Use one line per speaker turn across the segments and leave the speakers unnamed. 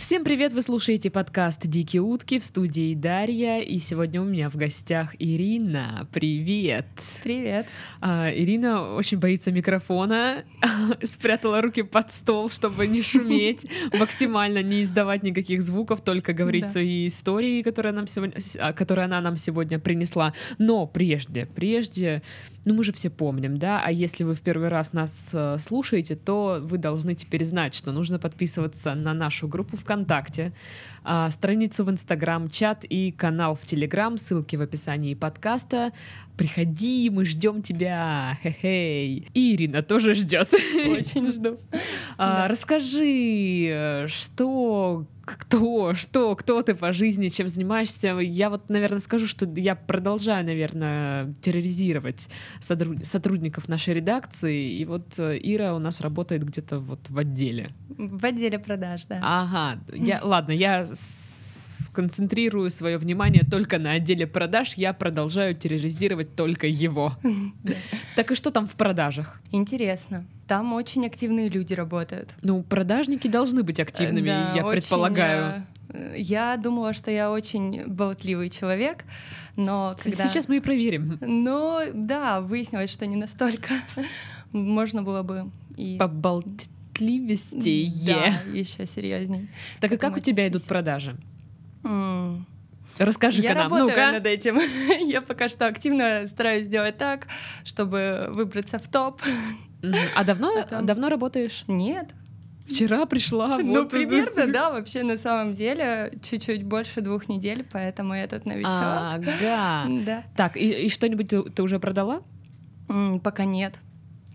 Всем привет! Вы слушаете подкаст «Дикие утки» в студии Дарья, и сегодня у меня в гостях Ирина. Привет!
Привет.
А, Ирина очень боится микрофона, спрятала руки под стол, чтобы не шуметь, максимально не издавать никаких звуков, только говорить
Да.
свои истории, которые, нам сегодня, с- а, которые она нам сегодня принесла. Но прежде, прежде, ну мы же все помним, да, а если вы в первый раз нас э, слушаете, то вы должны теперь знать, что нужно подписываться на нашу группу ВКонтакте, а, страницу в Инстаграм, чат и канал в Телеграм, ссылки в описании подкаста. Приходи, мы ждем тебя. Хе-хей. И Ирина тоже ждет.
Очень жду.
А,
Да.
Расскажи, э, что, кто, что, кто ты по жизни, чем занимаешься. Я вот, наверное, скажу, что я продолжаю, наверное, терроризировать сотру- сотрудников нашей редакции. И вот э, Ира у нас работает где-то вот в отделе.
В отделе продаж,
А.
да.
Ага, я, ладно, я с- сконцентрирую свое внимание только на отделе продаж. Я продолжаю терроризировать только его. Так и что там в продажах?
Интересно. Там очень активные люди работают.
Ну, продажники должны быть активными,
Да,
я
очень,
предполагаю.
э, Я думала, что я очень болтливый человек, но
С-
когда...
Сейчас мы и проверим.
Ну, да, выяснилось, что не настолько. Можно было бы и...
По болтливости.
Да, еще серьезней.
Так и как у
Подумать
тебя идут
здесь.
продажи?
М.
Расскажи-ка
Я
нам.
работаю
Ну-ка.
над этим. Я пока что активно стараюсь сделать так, чтобы выбраться в топ.
Мгм. А давно,
А там-
давно работаешь?
Нет,
Вчера пришла.
ну,
А вот.
примерно, да, вообще на самом деле чуть-чуть больше двух недель, поэтому я тут
А.
новичок.
Ага.
Да.
Так, и, и что-нибудь ты, ты уже продала?
М, Пока нет.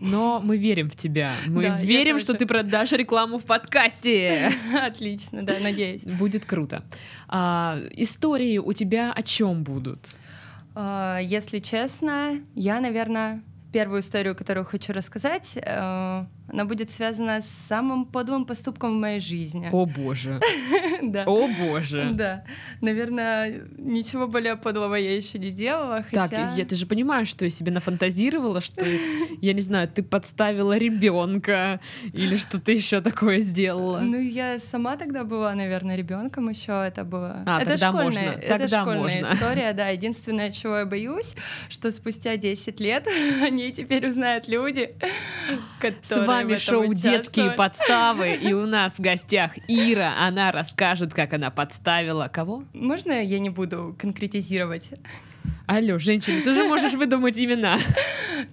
Но мы верим в тебя. Мы
Да, я
верим,
тоже.
что ты продашь рекламу в подкасте.
Отлично, да, надеюсь.
Будет круто. А, истории у тебя о чем будут?
А, Если честно, я, наверное, первую историю, которую хочу рассказать, э, она будет связана с самым подлым поступком в моей жизни.
О боже.
Да.
О боже.
Да. Наверное, ничего более подлого я еще не делала, хотя...
Так, я, ты же понимаешь, что я себе нафантазировала, что, я не знаю, ты подставила ребенка или что ты еще такое сделала.
Ну, я сама тогда была, наверное, ребенком еще это было.
А,
это
тогда
школьная,
можно,
это
тогда
школьная
можно.
история, да. Единственное, чего я боюсь, что спустя 10 лет о ней теперь узнают люди, которые
С вами шоу «Детские подставы», и у нас в гостях Ира. Она расскажет, как она подставила кого?
Можно я не буду конкретизировать?
Алло, женщина, ты же можешь выдумать имена.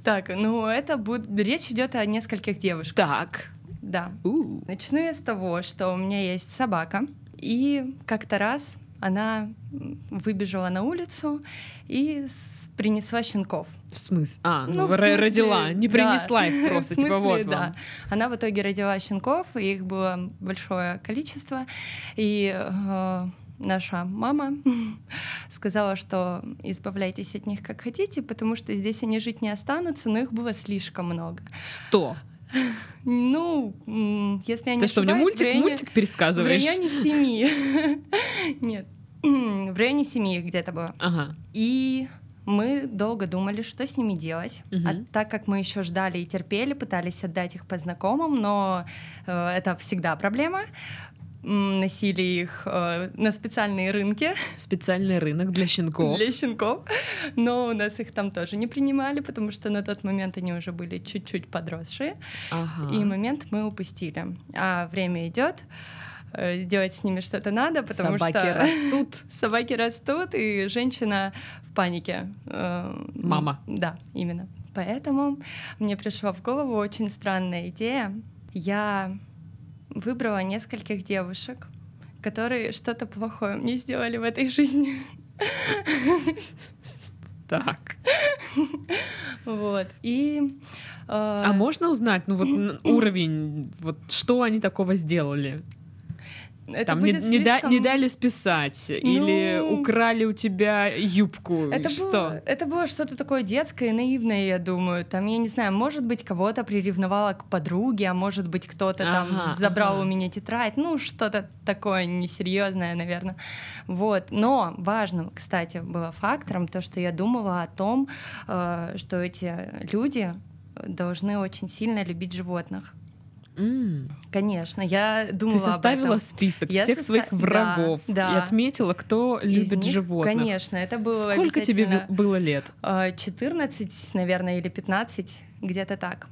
Так, ну это будет... Речь идет о нескольких девушках.
Так.
Да.
У.
Начну я с того, что у меня есть собака, и как-то раз она м, выбежала на улицу и с- принесла щенков.
В смысле? А, ну,
в
р-
смысле,
родила, не
да.
принесла их просто,
В смысле,
типа вот
да.
вам.
Она в итоге родила щенков, и их было большое количество. И э, наша мама сказала, что избавляйтесь от них как хотите, потому что здесь они жить не останутся, но их было слишком много.
Сто.
Ну, м, если я не
Ты что, мне
ошибаюсь, в
мультик,
районе-
мультик пересказываешь?
в районе семи. Нет. В районе семи их где-то было.
Ага.
И мы долго думали, что с ними делать.
Мгм.
А так как мы еще ждали и терпели, пытались отдать их по знакомым, но э, это всегда проблема. М, Носили их э, на специальные рынки
Специальный рынок для щенков.
для щенков, но у нас их там тоже не принимали, потому что на тот момент они уже были чуть-чуть подросшие.
Ага.
И момент мы упустили. А время идет, э, делать с ними что-то надо, потому
Собаки
что
растут.
собаки растут, и женщина в панике. Э,
Мама.
Да, именно. Поэтому мне пришла в голову очень странная идея. Я выбрала нескольких девушек, которые что-то плохое мне сделали в этой жизни.
Так.
Вот. И... э,
А можно узнать, ну вот н- уровень, вот что они такого сделали?
это
Там не,
будет
не да-
слишком-
не дали списать или
Ну.
украли у тебя юбку?
Это
что?
было, это было что-то такое детское и наивное, я думаю. Там, я не знаю, может быть, кого-то приревновала к подруге, а может быть, кто-то
Ага,
там забрал
ага.
у меня тетрадь. Ну, что-то такое несерьезное, наверное. Вот. Но важным, кстати, было фактором то, что я думала о том, э, что эти люди должны очень сильно любить животных.
М.
Конечно, я думала
Ты
об
составила
этом.
список
Ну, Я
всех
соста-
своих
да,
врагов
да.
и отметила, кто
Из
любит
них,
животных.
Конечно, это было
Сколько тебе бе-
обязательно,
было лет?
э, 14, наверное, или 15, где-то так.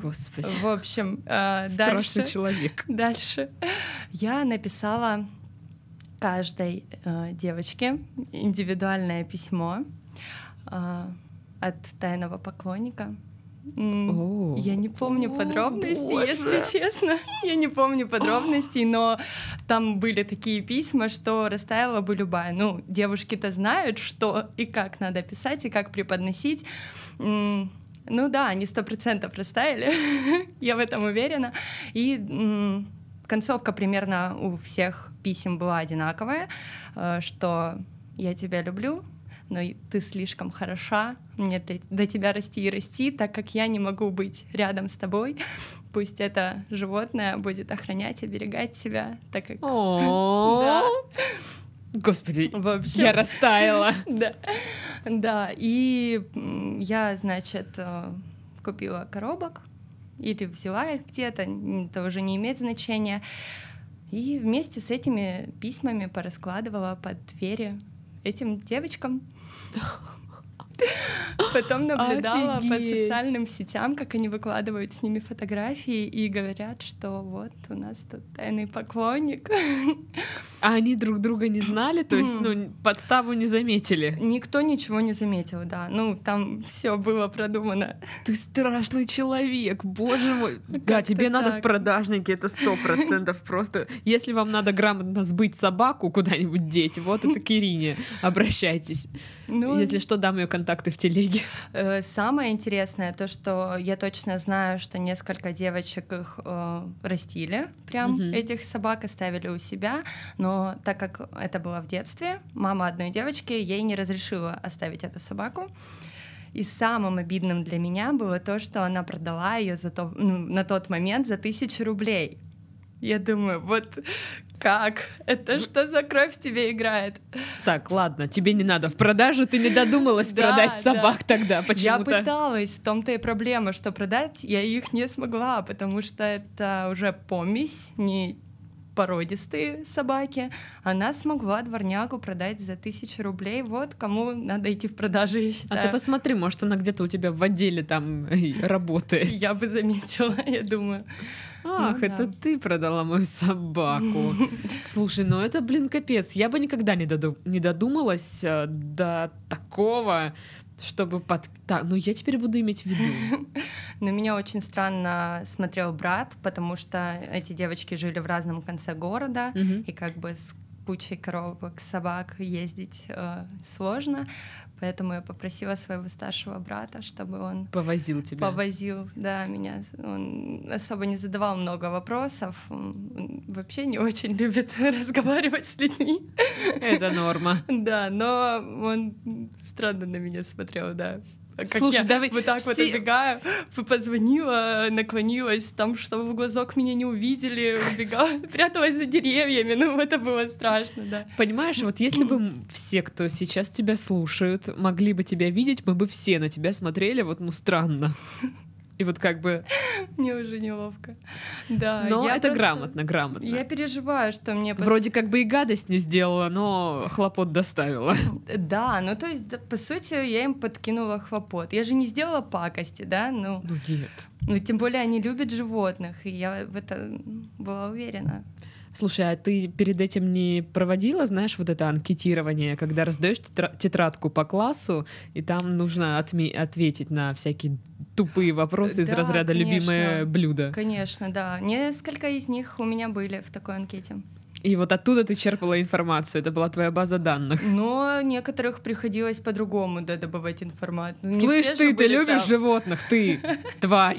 Господи,
В общем, э,
страшный
дальше.
человек.
Дальше. Я написала каждой э, девочке индивидуальное письмо э, от тайного поклонника. М,
О.
Я не помню
О,
подробностей,
боже.
если честно. Я не помню подробностей, но там были такие письма, что растаяла бы любая. Ну, девушки-то знают, что и как надо писать, и как преподносить. М, Ну да, они сто процентов растаяли, я в этом уверена. И м, концовка примерно у всех писем была одинаковая, э, что я тебя люблю, но и ты слишком хороша, мне для- до тебя расти и расти, так как я не могу быть рядом с тобой. Пусть это животное будет охранять, оберегать тебя, так как...
О. Господи,
Да, в общем,
я растаяла.
Да, да. И м, я, значит, э, купила коробок или взяла их где-то, н- это уже не имеет значения. И вместе с этими письмами пораскладывала под двери этим девочкам. Потом наблюдала по
Офигеть.
социальным сетям, как они выкладывают с ними фотографии и говорят, что вот у нас тут тайный поклонник.
А они друг друга не знали, то есть, ну, н- подставу не заметили.
Никто ничего не заметил, да. Ну, там все было продумано.
Ты страшный человек, боже мой. Да,
Как-то
тебе надо в
так.
продажнике, это сто процентов просто. Если вам надо грамотно сбыть собаку куда-нибудь деть, вот это к Ирине, обращайтесь.
Ну,
Если что, дам ее контакты в телеге.
э, самое интересное то, что я точно знаю, что несколько девочек их э, растили, прям
Мгм.
этих собак оставили у себя, но так как это было в детстве, мама одной девочки ей не разрешила оставить эту собаку. И самым обидным для меня было то, что она продала ее за то, ну, на тот момент за тысячу рублей. Я думаю, вот как?
Ну
Это что за кровь в тебе играет?
Так, ладно, тебе не надо в продажу, ты не додумалась
Да,
продать
да.
собак тогда
Я
почему-то.
пыталась, в том-то и проблема, что продать я их не смогла, потому что это уже помесь, не породистые собаки. Она смогла дворнягу продать за тысячу рублей. Вот кому надо идти в продажу, я
А
считаю.
ты посмотри, может, она где-то у тебя в отделе там э, работает.
Я бы заметила, я думаю.
Ах,
Ну
это
да.
ты продала мою собаку. Слушай, ну это, блин, капец. Я бы никогда не, доду- не додумалась э, до такого, чтобы под... Так, ну я теперь буду иметь в виду.
На меня очень странно смотрел брат, потому что эти девочки жили в разном конце города.
Мгм.
и как бы с кучей коробок, собак ездить э, сложно, поэтому я попросила своего старшего брата, чтобы он
Повозил тебя.
повозил, да, меня. Он особо не задавал много вопросов, он он вообще не очень любит разговаривать с людьми,
Это норма.
да, но он странно на меня смотрел, да. А Как
Слушай,
я
давай
вот так вот
все-
убегаю, п- позвонила, наклонилась, там, чтобы в глазок меня не увидели, убегала, пряталась за деревьями, ну это было страшно, да.
Понимаешь, вот если бы м- все, кто сейчас тебя слушают, могли бы тебя видеть, мы бы все на тебя смотрели, вот, ну, странно. И вот как бы...
Мне уже неловко. Да,
Но
А, я
это
просто-
грамотно, грамотно.
Я переживаю, что мне... пос-
Вроде как бы и гадость не сделала, но хлопот доставила.
Да, ну то есть, да, по сути, я им подкинула хлопот. Я же не сделала пакости, да? Ну,
Ну нет.
ну тем более они любят животных, и я в это была уверена.
Слушай, а ты перед этим не проводила, знаешь, вот это анкетирование, когда раздаешь тетра- тетрадку по классу, и там нужно отме- ответить на всякие тупые вопросы из
Да,
разряда любимое
конечно.
блюдо.
Конечно, да. Несколько из них у меня были в такой анкете.
И вот оттуда ты черпала информацию, это была твоя база данных.
Но некоторых приходилось по-другому да, добывать информацию. Не
Слышь,
все же
ты, ты
были
любишь
там.
животных, ты, тварь.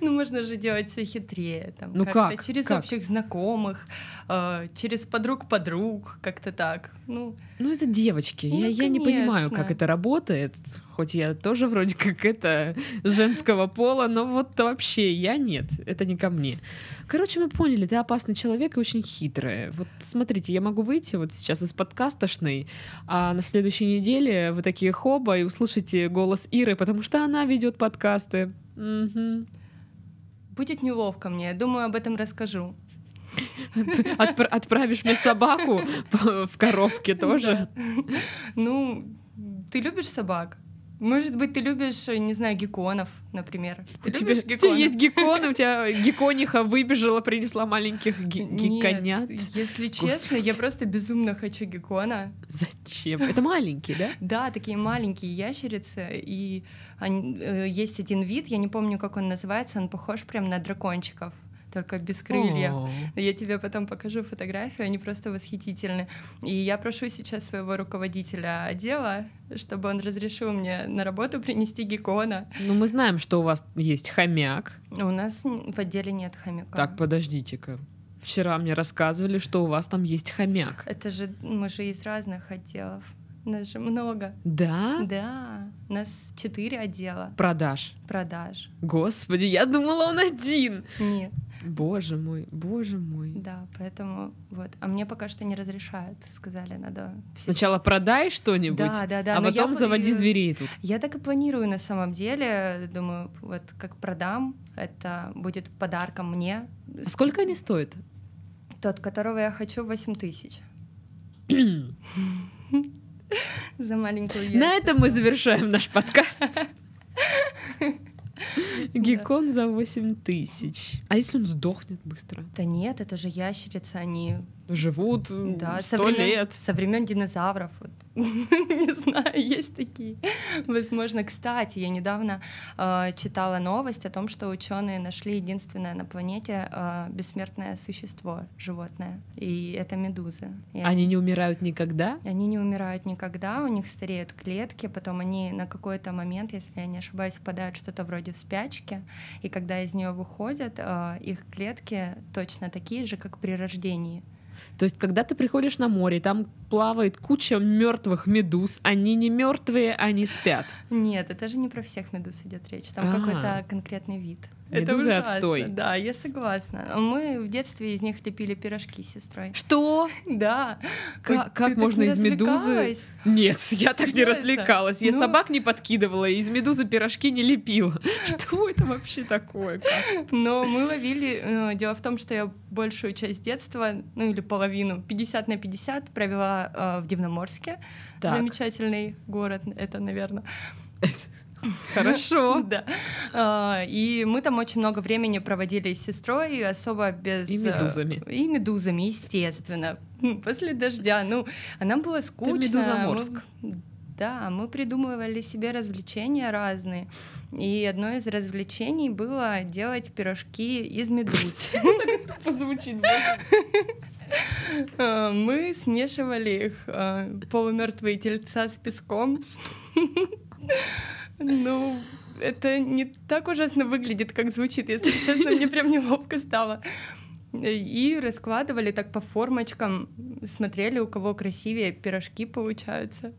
Ну, можно же делать все хитрее. Там,
Ну
как-то
как?
Через
Как?
общих знакомых, э, через подруг-подруг, как-то так. Ну,
Ну это девочки, я,
Ну,
я не понимаю,
конечно.
как это работает, хоть я тоже вроде как это женского пола, но вот вообще я нет, это не ко мне. Короче, мы поняли, ты опасный человек и очень хитрая. Вот смотрите, я могу выйти вот сейчас из подкастошной, а на следующей неделе вы такие хоба и услышите голос Иры, потому что она ведет подкасты. Мгм.
будет неловко мне, я думаю, об этом расскажу.
Отпра- Отправишь мне собаку п- в коробке тоже?
Ну, ты любишь собак? Может быть, ты любишь, э, не знаю, гекконов, например. Ты
У тебя,
любишь
у тебя
гекконов?
есть гекконы, у тебя геккониха выбежала, принесла маленьких ге- гекконят.
Нет, если честно,
Господи.
я просто безумно хочу геккона.
Зачем? Это маленькие, да?
Да, такие маленькие ящерицы, и они- э, есть один вид, я не помню, как он называется, он похож прям на дракончиков, только без крыльев.
О,
Я тебе потом покажу фотографию, они просто восхитительны. И я прошу сейчас своего руководителя отдела, чтобы он разрешил мне на работу принести геккона.
Ну, мы знаем, что у вас есть хомяк.
У нас н- в отделе нет хомяка.
Так, подождите-ка. Вчера мне рассказывали, что у вас там есть хомяк.
Это же мы же из разных отделов. Нас же много.
Да?
Да, у нас четыре отдела
Продаж.
продаж.
Господи, я думала, он один.
Нет,
Боже мой, боже мой.
да, поэтому вот. А мне пока что не разрешают, сказали, надо. все-
Сначала продай что-нибудь,
Да, да, да.
а
но я
потом
бы-
заводи зверей тут.
Я так и планирую на самом деле. Думаю, вот как продам, это будет подарком мне.
А сколько они стоят?
Тот, которого я хочу, 8 тысяч. За маленькую
На
ящерку.
этом мы завершаем наш подкаст. Гекон за 8 тысяч. А если он сдохнет быстро?
Да нет, это же ящерицы, они
Живут
да, со
100
времен-
лет.
Со времен динозавров. вот. Не знаю, есть такие. Возможно, кстати, я недавно э, читала новость о том, что ученые нашли единственное на планете э, бессмертное существо, животное. И это медузы. И
Они не умирают никогда?
они не умирают никогда, у них стареют клетки, потом они на какой-то момент, если я не ошибаюсь, впадают в что-то вроде в спячки, и когда из нее выходят, э, их клетки точно такие же, как при рождении.
То есть, когда ты приходишь на море, там плавает куча мертвых медуз. Они не мертвые, они спят.
Нет, это же не про всех медуз идет речь, там
А.
какой-то конкретный вид.
Медузы
это ужасно,
отстой.
Да, я согласна. Мы в детстве из них лепили пирожки с сестрой.
Что?
Да.
Ка-
Вот
как
ты так
можно
не
из медузы-
развлекалась?
Нет, я так не
Серьезно?
развлекалась. Я
Ну.
собак не подкидывала и из медузы пирожки не лепила. Что это вообще такое? Как?
Но мы ловили... э, Дело в том, что я большую часть детства, ну или половину, 50 на 50 провела э, в Дивноморске.
Так,
Замечательный город это, наверное.
хорошо.
Да. А, И мы там очень много времени проводили с сестрой, и особо без...
И медузами.
э, И медузами, естественно. Ну, После дождя. Ну, а нам было скучно. мы-
медузоморск.
Да, мы придумывали себе развлечения разные. И одно из развлечений было делать пирожки из медуз.
Позвучит.
Э, Мы смешивали их э, полумертвые тельца с песком. Ну, это не так ужасно выглядит, как звучит, если честно, мне прям неловко стало. И раскладывали так по формочкам, смотрели, у кого красивее пирожки получаются.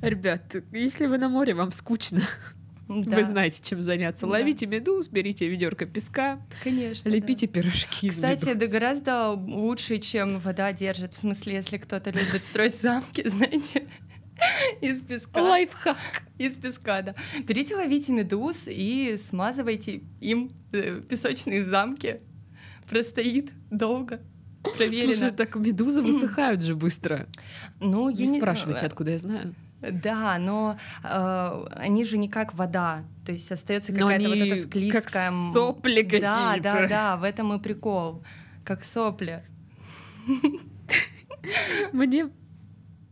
Ребят, если вы на море, вам скучно.
Да, Ну
Вы знаете, чем заняться.
Да.
Ловите медуз, берите ведерко песка,
конечно. да.
лепите пирожки. из
Кстати,
медуз.
это гораздо лучше, чем вода держит. В смысле, если кто-то любит строить замки, знаете, из песка.
Лайфхак.
Из песка, да. Берите, ловите медуз и смазывайте им э, песочные замки. Простоит долго. Проверено.
Слушай, так медузы высыхают же быстро.
ну, я
Не спрашивайте, откуда я знаю.
Да, но э, они же не как вода. То есть остается
Но
какая-то вот
они
эта склизкая...
как
м-
сопли
Да,
какие-то.
да, да, в этом и прикол. Как сопли.
Мне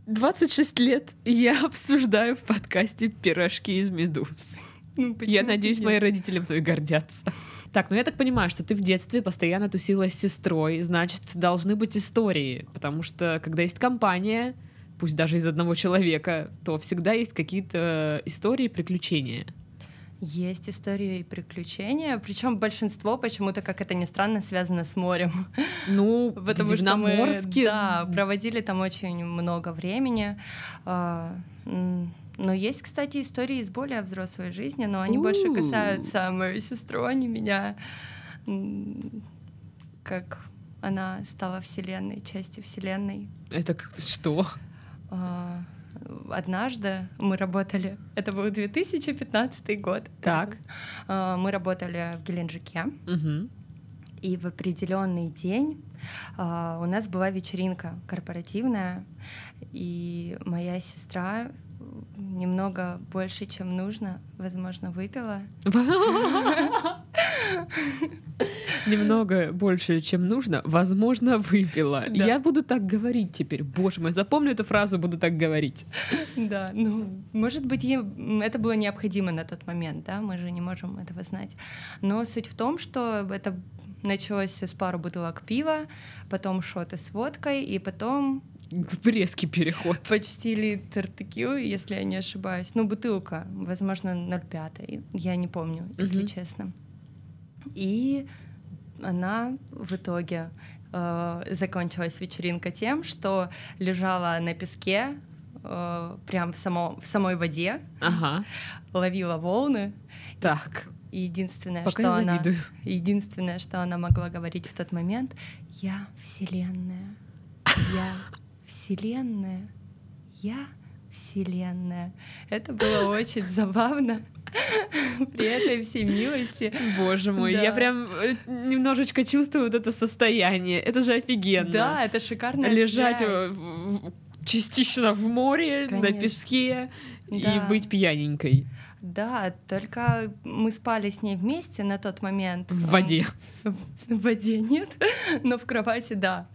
26 лет, и я обсуждаю в подкасте пирожки из медуз.
Ну,
я
почему бы
надеюсь,
нет?
мои родители мной гордятся. Так, ну я так понимаю, что ты в детстве постоянно тусила с сестрой, значит, должны быть истории, потому что когда есть компания, пусть даже из одного человека, то всегда есть какие-то истории, приключения.
Есть истории и приключения, причем большинство почему-то, как это ни странно, связано с морем.
Ну, в
Потому что мы
Дивноморске...
да, проводили там очень много времени. А, м, Но есть, кстати, истории из более взрослой жизни, но они больше
У.
касаются мою сестру, а не меня. М, Как она стала вселенной, частью вселенной.
Это как что?
А, однажды мы работали, это был 2015 год.
Так.
Э, Мы работали в Геленджике,
Мгм.
и в определенный день э, у нас была вечеринка корпоративная, и моя сестра немного больше, чем нужно, возможно, выпила.
Немного больше, чем нужно, возможно, выпила.
Да.
Я буду так говорить теперь. Боже мой, запомню эту фразу, буду так говорить.
Да, ну, может быть, ей м, это было необходимо на тот момент, да, мы же не можем этого знать. Но суть в том, что это началось все с пару бутылок пива, потом шоты с водкой, и потом
Резкий переход.
почти литр текилы, если я не ошибаюсь. Ну, бутылка, возможно, 0,5, я не помню, если
Мгм.
честно. И она в итоге э, закончилась вечеринка тем, что лежала на песке, э, прям в, само, в самой воде,
Ага.
ловила волны.
Так.
И единственное,
Пока
Э, что
я
она,
завидую.
единственное, что она могла говорить в тот момент, я вселенная, я вселенная, я вселенная. Это было очень забавно. При этой всей милости.
Боже мой,
Да.
я прям э, немножечко чувствую вот это состояние. Это же офигенно.
Да, это шикарная
Лежать
связь.
э, в- в- частично в море,
Конечно.
на песке
Да.
и быть пьяненькой
Да, только мы спали с ней вместе на тот момент.
в воде.
В воде нет, но в кровати да.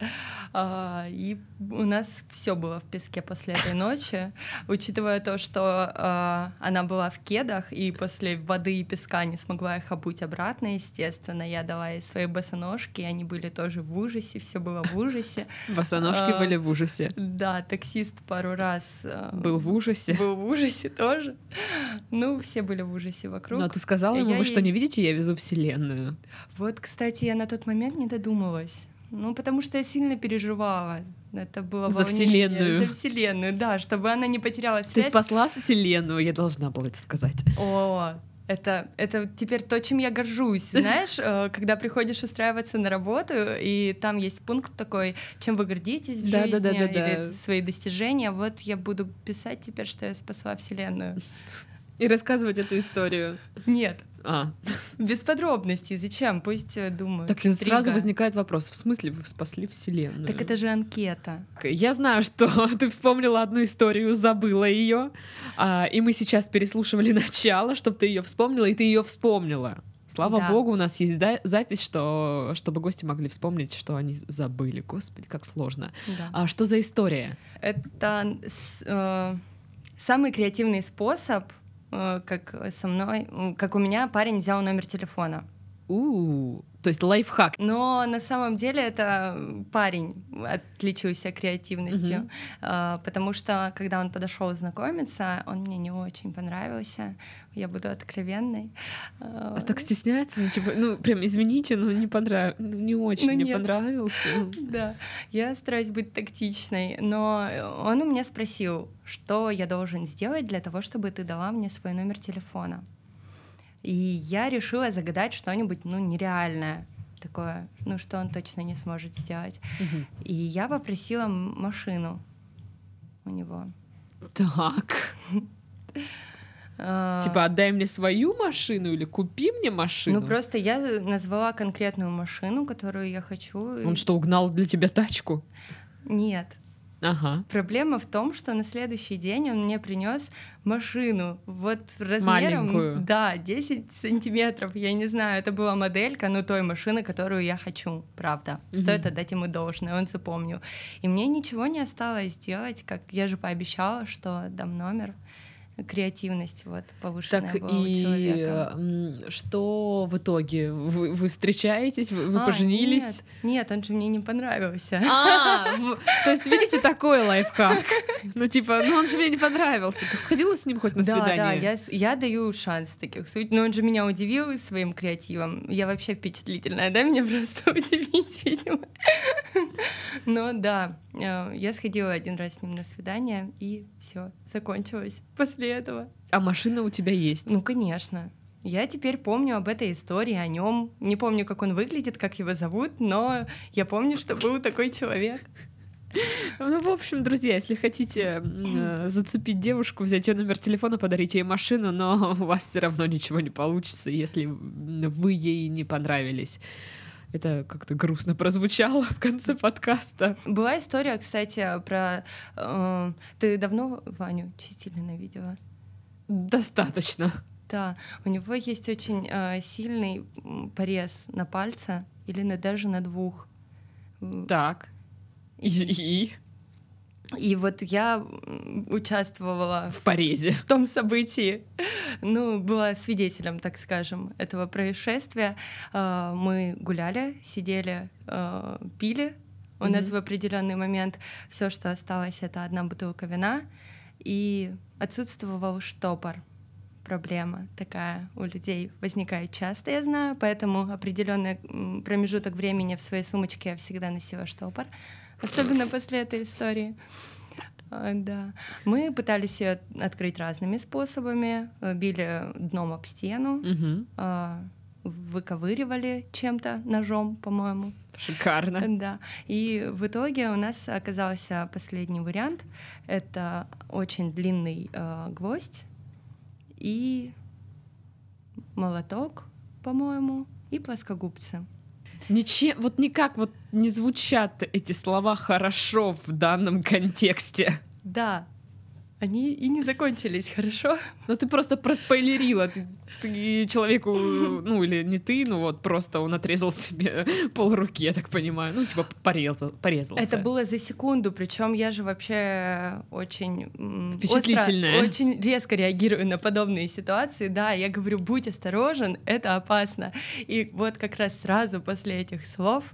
А, и у нас все было в песке после этой ночи, учитывая то, что а, она была в кедах и после воды и песка не смогла их обуть обратно, естественно, я дала ей свои босоножки, и они были тоже в ужасе, все было в ужасе.
Босоножки
А.
были в ужасе.
Да, таксист пару раз а,
Был в ужасе.
был в ужасе тоже. Ну, все были в ужасе вокруг.
Но Ну, а ты сказала ему,
Я
вы что,
ей-
не видите, я везу вселенную.
Вот, кстати, я на тот момент не додумалась. Ну, потому что я сильно переживала. Это было
За
волнение.
Вселенную.
За вселенную, да, чтобы она не потеряла
Ты
связь.
спасла вселенную, я должна была это сказать.
О, это, это теперь то, чем я горжусь. Знаешь, э, когда приходишь устраиваться на работу, и там есть пункт такой, чем вы гордитесь в
Да,
жизни
да, да, да,
или
да.
свои достижения, вот я буду писать теперь, что я спасла Вселенную.
И рассказывать эту историю.
Нет,
А,
без подробностей, зачем? Пусть э, думают.
так и сразу
Интрига.
возникает вопрос, в смысле вы спасли вселенную?
Так это же анкета.
Так, Я знаю, что ты вспомнила одну историю, забыла ее, и мы сейчас переслушивали начало, чтобы ты ее вспомнила, и ты ее вспомнила. Слава
Да.
богу, у нас есть за- запись, что чтобы гости могли вспомнить, что они забыли. Господи, как сложно.
Да.
А что за история?
Это с- э, самый креативный способ, э, как со мной, м, как у меня парень взял номер телефона.
У, то есть лайфхак.
Но на самом деле это парень отличился креативностью,
Мгм.
э, потому что когда он подошел знакомиться, он мне не очень понравился. Я буду откровенной. Э,
А так стесняется, ну, типа, ну прям извините, но не понравилось, не очень
Ну,
мне
нет.
понравился. Ну,
Да, я стараюсь быть тактичной, но э, он у меня спросил, что я должен сделать для того, чтобы ты дала мне свой номер телефона. И я решила загадать что-нибудь, ну, нереальное такое, ну, что он точно не сможет сделать.
мгм.
И я попросила м- машину у него.
Так,
Э,
типа отдай мне свою машину или купи мне машину.
Ну, просто я назвала конкретную машину, которую я хочу. и-
Он что угнал для тебя тачку?
Нет.
Ага.
Проблема в том, что на следующий день он мне принес машину. Вот размером,
Маленькую.
да, 10 сантиметров. Я не знаю, это была моделька, но той машины, которую я хочу, правда.
Мгм.
Стоит отдать ему должное, он запомнил. И мне ничего не осталось делать, как я же пообещала, что дам номер. Креативность вот повышенная
Так
была у
и
человека.
э, м, что в итоге? Вы, вы встречаетесь, вы, вы
А,
поженились?
Нет, нет, он же мне не понравился.
А, в- то есть, видите, такой лайфхак. Ну, типа, ну он же мне не понравился. Ты сходила с ним хоть на
да,
свидание?
да, я, с- я даю шанс в таких случаях. Но он же меня удивил своим креативом. Я вообще впечатлительная, да, меня просто удивить, видимо. Но да, э, я сходила один раз с ним на свидание, и все, закончилось после этого.
А машина у тебя есть.
Ну, конечно. Я теперь помню об этой истории, о нем. Не помню, как он выглядит, как его зовут, но я помню, что был такой человек.
Ну, в общем, друзья, если хотите э, зацепить девушку, взять ее номер телефона, подарить ей машину, но у вас все равно ничего не получится, если вы ей не понравились. Это как-то грустно прозвучало в конце подкаста.
Была история, кстати, про... э, ты давно Ваню Чистилина видела?
Достаточно.
Да, у него есть очень э, сильный м, порез на пальце или на, даже на двух. М,
Так. И, и-
И вот я м, участвовала
в порезе.
в том событии, ну, была свидетелем, так скажем, этого происшествия. Э, Мы гуляли, сидели, э, пили. У нас
Мгм.
в определенный момент все, что осталось, это одна бутылка вина. И отсутствовал штопор. Проблема такая у людей возникает часто, я знаю, поэтому определенный м, промежуток времени в своей сумочке я всегда носила штопор, особенно после этой истории. А, Да. Мы пытались ее открыть разными способами, э, били дном об стену,
Мгм.
а, выковыривали чем-то ножом, по-моему.
Шикарно.
Да. И в итоге у нас оказался последний вариант. Это очень длинный э, гвоздь и молоток, по-моему, и плоскогубцы.
Ничем, вот никак вот не звучат эти слова хорошо в данном контексте.
Да, они и не закончились хорошо.
Но Ну, ты просто проспойлерила. Ты, ты человеку, ну или не ты, ну вот просто он отрезал себе пол руки, я так понимаю. Ну, типа порезал, порезался.
Это было за секунду, причем я же вообще э, очень м,
Впечатлительная.
остро- очень резко реагирую на подобные ситуации. Да, я говорю, будь осторожен, это опасно. И вот как раз сразу после этих слов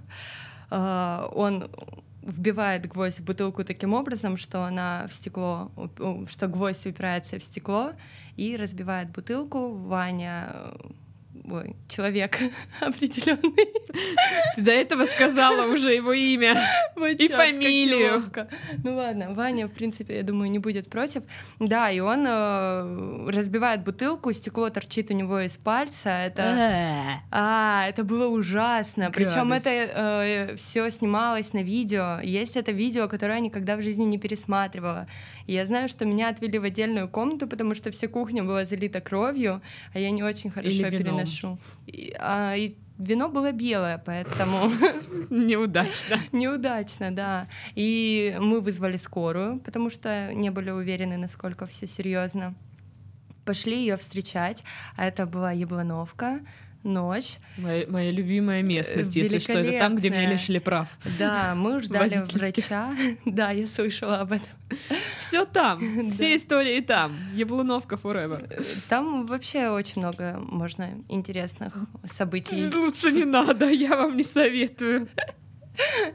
э, он вбивает гвоздь в бутылку таким образом, что она в стекло, уп- у- что гвоздь упирается в стекло и разбивает бутылку. Ваня, э, ой, человек определенный.
Ты до этого сказала уже его имя.
Вот
И
чёрт, как
фамилию.
неловко. Ну ладно, Ваня, в принципе, я думаю, не будет против. Да, и он э, разбивает бутылку, стекло торчит у него из пальца. Это... А, это было ужасно. Причем
Гадость.
это все снималось на видео. Есть это видео, которое я никогда в жизни не пересматривала. И я знаю, что меня отвели в отдельную комнату, потому что вся кухня была залита кровью, а я не очень хорошо
Или вином.
переношу. И, а, и вино было белое, поэтому...
Неудачно.
Неудачно, да. И мы вызвали скорую, потому что не были уверены, насколько все серьезно. Пошли ее встречать, а это была Яблоновка, ночь.
Моя, моя любимая местность, если что, это там, где меня
Э, Великолепная.
лишили прав.
Да, мы ждали
Водительских.
врача. Да, я слышала об этом.
Все там, все
Да.
истории там. Яблуновка forever.
Там вообще очень много можно интересных событий.
Лучше не надо, я вам не советую.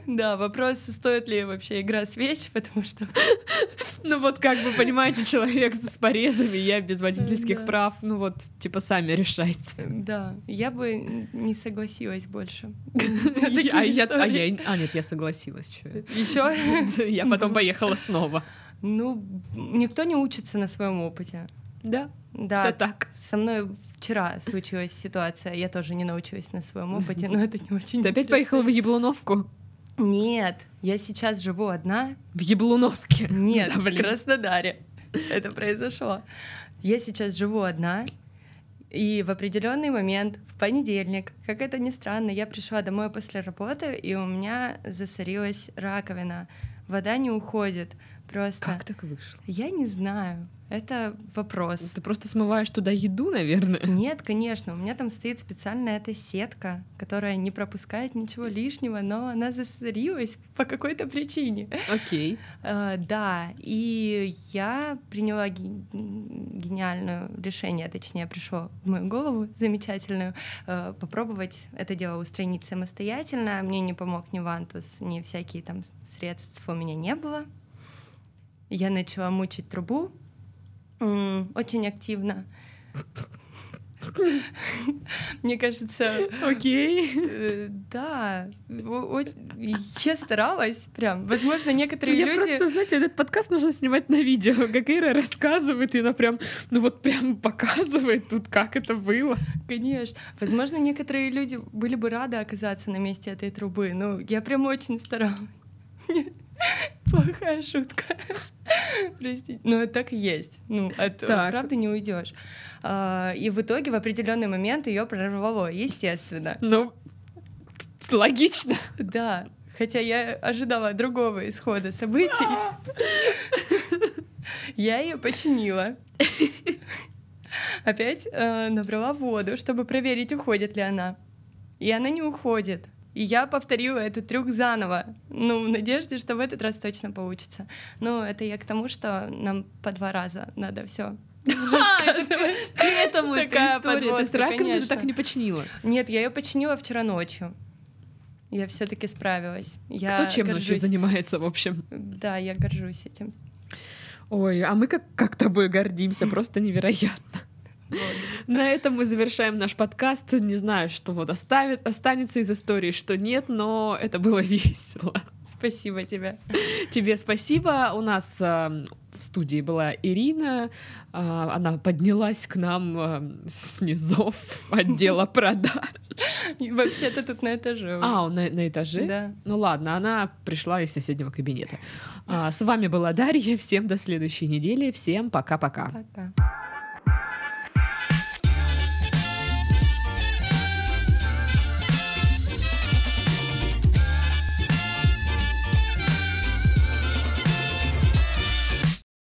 Да, вопрос, стоит ли вообще игра свеч, потому что
Ну вот как вы понимаете, человек с порезами, я без водительских
Да.
прав. Ну вот, типа, сами решайте.
да, я бы не согласилась больше.
А я- а
истории.
я- а, нет, я согласилась. чё я.
Еще
Я потом поехала снова.
Ну, никто не учится на своем опыте.
Да,
Да.
все так.
Со мной вчера случилась ситуация, я тоже не научилась на своем опыте, но это не очень.
Ты опять
интересно.
поехала в Яблуновку?
Нет, я сейчас живу одна.
В Яблуновке?
Нет,
Да,
в
блин.
Краснодаре. Это произошло. Я сейчас живу одна. И в определенный момент, в понедельник, как это ни странно, я пришла домой после работы, и у меня засорилась раковина. Вода не уходит. Просто
Как так вышло?
я не знаю. Это вопрос.
Ты просто смываешь туда еду, наверное.
Нет, конечно, у меня там стоит специальная эта сетка, которая не пропускает ничего лишнего, но она засорилась по какой-то причине.
Окей.
Э, да, и я приняла ге- гениальное решение, а точнее, пришло в мою голову замечательную, э, попробовать это дело устранить самостоятельно. Мне не помог ни вантус, ни всякие там средств у меня не было. Я начала мучить трубу м, очень активно. Мне кажется,
Окей.
Э, Да, О- оч- я старалась прям. Возможно, некоторые
Ну, Я
люди...
просто, знаете, этот подкаст нужно снимать на видео, как Ира рассказывает, и она прям, ну вот прям показывает тут, как это было.
Конечно. Возможно, некоторые люди были бы рады оказаться на месте этой трубы. Ну, я прям очень старалась. Плохая шутка. Простите. Но так и есть. Ну, от
Так.
правды не уйдешь. А, И в итоге в определенный момент ее прорвало, естественно.
Ну, т- логично.
Да. Хотя я ожидала другого исхода событий. Я ее починила. Опять э, набрала воду, чтобы проверить, уходит ли она. И она не уходит. И я повторила этот трюк заново, ну, в надежде, что в этот раз точно получится. Но это я к тому, что нам по два раза надо все
А, К этому
эта
такая
история,
подводка, То есть
ты
раковину ты
конечно.
так и не починила.
Нет, я ее починила вчера ночью. Я все-таки справилась. Я
Кто чем ночью
горжусь.
занимается, в общем?
Да, я горжусь этим.
Ой, а мы как, как тобой гордимся, просто невероятно.
Вот.
На этом мы завершаем наш подкаст. Не знаю, что вот оставит, останется из истории, что нет, но это было весело.
Спасибо тебе.
Тебе спасибо. У нас э, в студии была Ирина. Э, она поднялась к нам э, с низов отдела продаж.
И Вообще-то тут на этаже. уже.
А, он на, на этаже?
Да.
Ну ладно, она пришла из соседнего Э, кабинета. А, с вами была Дарья. Всем до следующей недели. Всем пока-пока.
Пока.